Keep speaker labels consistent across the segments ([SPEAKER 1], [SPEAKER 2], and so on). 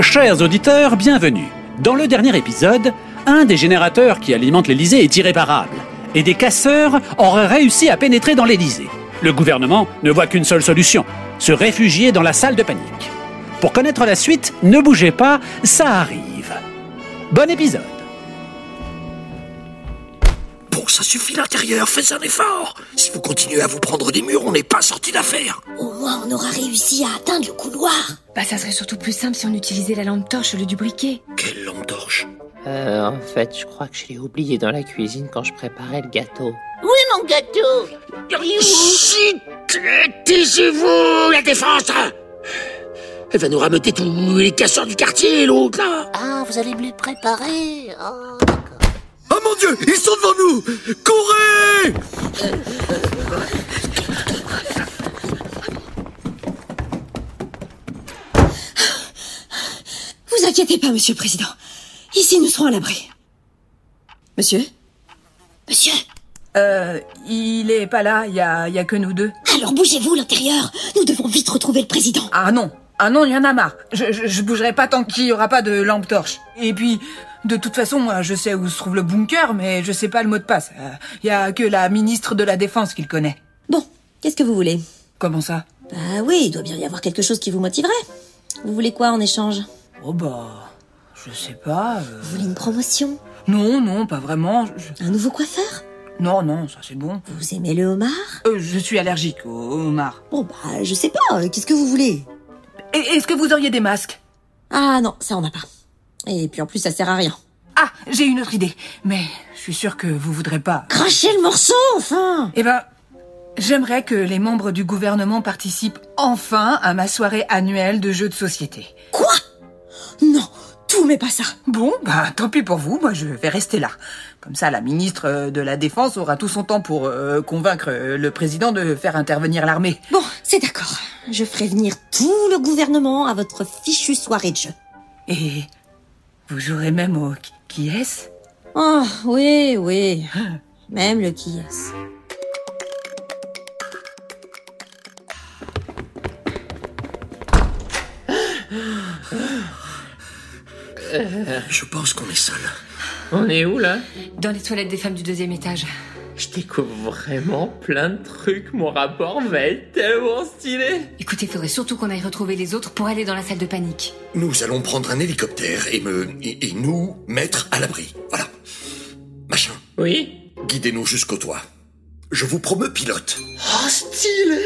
[SPEAKER 1] Chers auditeurs, bienvenue. Dans le dernier épisode, un des générateurs qui alimente l'Élysée est irréparable et des casseurs auraient réussi à pénétrer dans l'Élysée. Le gouvernement ne voit qu'une seule solution, se réfugier dans la salle de panique. Pour connaître la suite, ne bougez pas, ça arrive. Bon épisode.
[SPEAKER 2] Bon, ça suffit l'intérieur, faites un effort Si vous continuez à vous prendre des murs, on n'est pas sorti d'affaire
[SPEAKER 3] Au moins, on aura réussi à atteindre le couloir.
[SPEAKER 4] Bah ça serait surtout plus simple si on utilisait la lampe torche au lieu du briquet.
[SPEAKER 2] Quelle lampe torche
[SPEAKER 5] Euh, en fait, je crois que je l'ai oublié dans la cuisine quand je préparais le gâteau.
[SPEAKER 6] mon gâteau
[SPEAKER 2] Chut Taisez-vous, la défense Elle va nous rameuter tous les casseurs du quartier, l'autre, là
[SPEAKER 6] Ah, vous allez me les préparer
[SPEAKER 3] hein.
[SPEAKER 6] Oh, d'accord.
[SPEAKER 2] Oh mon Dieu, ils sont devant nous Courez
[SPEAKER 3] Vous inquiétez pas, monsieur le président. Ici, nous serons à l'abri.
[SPEAKER 4] Monsieur
[SPEAKER 3] Monsieur,
[SPEAKER 7] Euh, il est pas là, il y a, y a que nous deux.
[SPEAKER 3] alors bougez-vous l'intérieur. Nous devons vite retrouver le président.
[SPEAKER 7] Ah non, ah non, il y en a marre. Je, je, je bougerai pas tant qu'il y aura pas de lampe torche. Et puis, de toute façon, moi, je sais où se trouve le bunker, mais je sais pas le mot de passe. Euh, y a que la ministre de la Défense qui le connaît.
[SPEAKER 3] Bon, qu'est-ce que vous voulez
[SPEAKER 7] Comment ça
[SPEAKER 3] Bah oui, il doit bien y avoir quelque chose qui vous motiverait. Vous voulez quoi en échange
[SPEAKER 7] Oh bah, je sais pas. euh,
[SPEAKER 3] Vous voulez une promotion
[SPEAKER 7] Non, non, pas vraiment. je-
[SPEAKER 3] Un nouveau coiffeur
[SPEAKER 7] Non, non, ça c'est bon.
[SPEAKER 3] Vous aimez le homard
[SPEAKER 7] Euh, je suis allergique au homard.
[SPEAKER 3] Bon, bah, je sais pas. euh, Qu'est-ce que vous voulez
[SPEAKER 7] Et- Est-ce que vous auriez des masques
[SPEAKER 3] Ah non, ça, on n'a pas. Et puis en plus, ça sert à rien.
[SPEAKER 7] Ah, j'ai une autre idée. Mais je suis sûr que vous voudrez pas.
[SPEAKER 3] Crachez le morceau, enfin
[SPEAKER 7] Eh ben, j'aimerais que les membres du gouvernement participent enfin à ma soirée annuelle de jeux de société.
[SPEAKER 3] Quoi Non, tout mais pas ça.
[SPEAKER 7] Bon, bah tant pis pour vous, moi je vais rester là. Comme ça, la ministre euh, de la Défense aura tout son temps pour euh, convaincre euh, le président de faire intervenir l'armée.
[SPEAKER 3] Bon, c'est d'accord. Je ferai venir tout le gouvernement à votre fichue soirée de jeu.
[SPEAKER 7] Et vous jouerez même au qui- qui est-ce
[SPEAKER 3] Oh, oui, oui. Même le qui est.
[SPEAKER 2] Je pense qu'on est seul.
[SPEAKER 5] On est où là
[SPEAKER 4] Dans les toilettes des femmes du deuxième étage.
[SPEAKER 5] Je découvre vraiment plein de trucs, mon rapport va être tellement stylé
[SPEAKER 4] Écoutez, faudrait surtout qu'on aille retrouver les autres pour aller dans la salle de panique.
[SPEAKER 2] Nous allons prendre un hélicoptère et me... et, et nous mettre à l'abri. Voilà. Machin,
[SPEAKER 5] Oui
[SPEAKER 2] guidez-nous jusqu'au toit. Je vous promeux pilote.
[SPEAKER 5] Oh stylé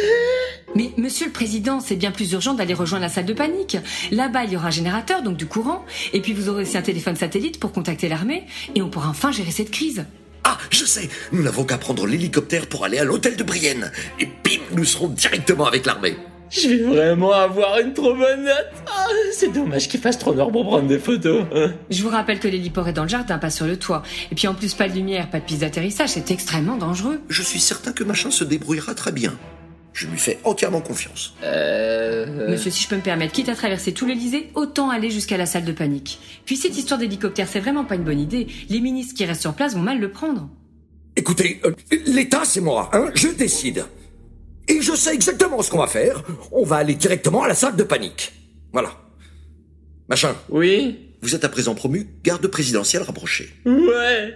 [SPEAKER 4] Mais monsieur le président, c'est bien plus urgent d'aller rejoindre la salle de panique. Là-bas, il y aura un générateur, donc du courant. Et puis vous aurez aussi un téléphone satellite pour contacter l'armée. Et on pourra enfin gérer cette crise.
[SPEAKER 2] Ah, je sais Nous n'avons qu'à prendre l'hélicoptère pour aller à l'hôtel de Brienne. Et bim, nous serons directement avec l'armée.
[SPEAKER 5] Je vais vraiment avoir une trop bonne note Ah, C'est dommage qu'il fasse trop noir pour prendre des photos
[SPEAKER 4] Je vous rappelle que l'héliport est dans le jardin, pas sur le toit. Et puis en plus, pas de lumière, pas de piste d'atterrissage, c'est extrêmement dangereux.
[SPEAKER 2] Je suis certain que Machin se débrouillera très bien. Je lui fais entièrement confiance.
[SPEAKER 5] Euh...
[SPEAKER 4] Monsieur, si je peux me permettre, quitte à traverser tout l'Elysée, autant aller jusqu'à la salle de panique. Puis cette histoire d'hélicoptère, c'est vraiment pas une bonne idée. Les ministres qui restent sur place vont mal le prendre.
[SPEAKER 8] Écoutez, euh, l'État, c'est moi, hein, je décide. Et je sais exactement ce qu'on va faire. On va aller directement à la salle de panique. Voilà.
[SPEAKER 2] Machin,
[SPEAKER 5] Oui
[SPEAKER 2] vous êtes à présent promu garde présidentielle rapprochée.
[SPEAKER 5] Ouais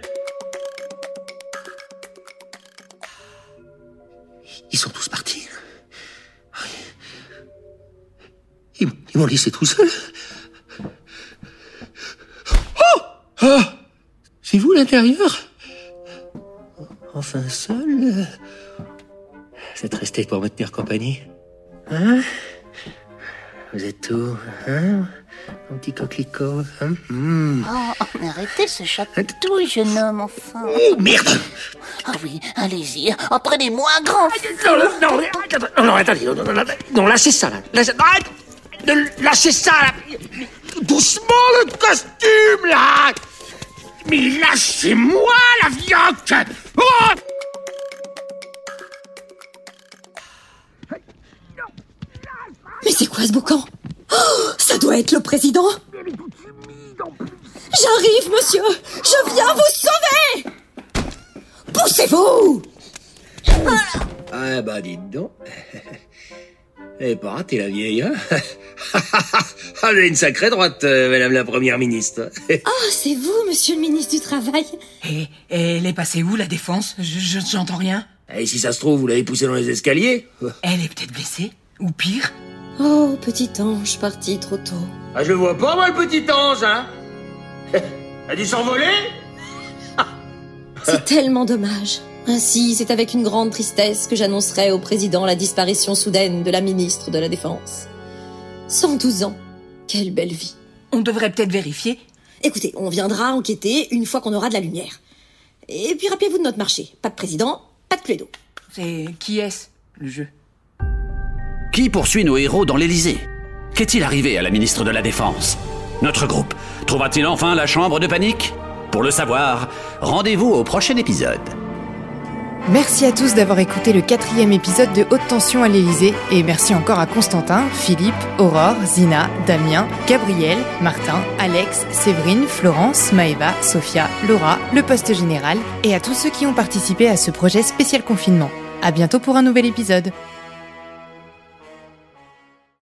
[SPEAKER 2] Ils sont tous partis. Ils, ils m'ont laissé tout seul. Oh Ah C'est vous l'intérieur Enfin seul euh. Vous êtes resté pour me tenir compagnie Hein Vous êtes tout, hein Un petit coquelicot, hein Hmm.
[SPEAKER 6] Oh, mais arrêtez ce chatouille, jeune homme, enfin
[SPEAKER 2] Oh merde
[SPEAKER 6] Ah oui, allez-y, apprenez-moi un grand
[SPEAKER 8] Non, non, non, non, non, attendez, non, non, non, non, lâchez ça, là. Lâchez, arrête Ne- Lâchez ça, là. Doucement, le costume, là Mais lâchez-moi, la vioque Oh
[SPEAKER 3] Mais c'est quoi ce boucan Oh, Ça doit être le président J'arrive, monsieur Je viens vous sauver Poussez-vous
[SPEAKER 2] Eh ben,
[SPEAKER 8] Ah bah dites donc. Elle est pas ratée la vieille, hein
[SPEAKER 2] Ah, elle a une sacrée droite, euh, madame la première ministre.
[SPEAKER 3] Oh, c'est vous, monsieur le ministre du Travail.
[SPEAKER 7] Et, et elle est passée où, la défense Je je- J'entends rien.
[SPEAKER 2] Et Eh, si ça se trouve, vous l'avez poussée dans les escaliers
[SPEAKER 7] Elle est peut-être blessée Ou pire
[SPEAKER 3] Oh, petit ange parti trop tôt.
[SPEAKER 2] Ah, je le vois pas, moi, le petit ange, hein Elle a dû s'envoler
[SPEAKER 3] C'est tellement dommage. Ainsi, c'est avec une grande tristesse que j'annoncerai au président la disparition soudaine de la ministre de la Défense. 112 ans. Quelle belle vie.
[SPEAKER 7] On devrait peut-être vérifier.
[SPEAKER 3] Écoutez, on viendra enquêter une fois qu'on aura de la lumière. Et puis rappelez-vous de notre marché. Pas de président, pas de Cluedo.
[SPEAKER 7] C'est qui est-ce, le jeu
[SPEAKER 1] Qui poursuit nos héros dans l'Élysée Qu'est-il arrivé à la ministre de la Défense Notre groupe trouvera-t-il enfin la chambre de panique Pour le savoir, rendez-vous au prochain épisode.
[SPEAKER 9] Merci à tous d'avoir écouté le quatrième épisode de Haute Tension à l'Elysée et merci encore à Constantin, Philippe, Aurore, Zina, Damien, Gabriel, Martin, Alex, Séverine, Florence, Maëva, Sophia, Laura, le poste général et à tous ceux qui ont participé à ce projet spécial confinement. À bientôt pour un nouvel épisode.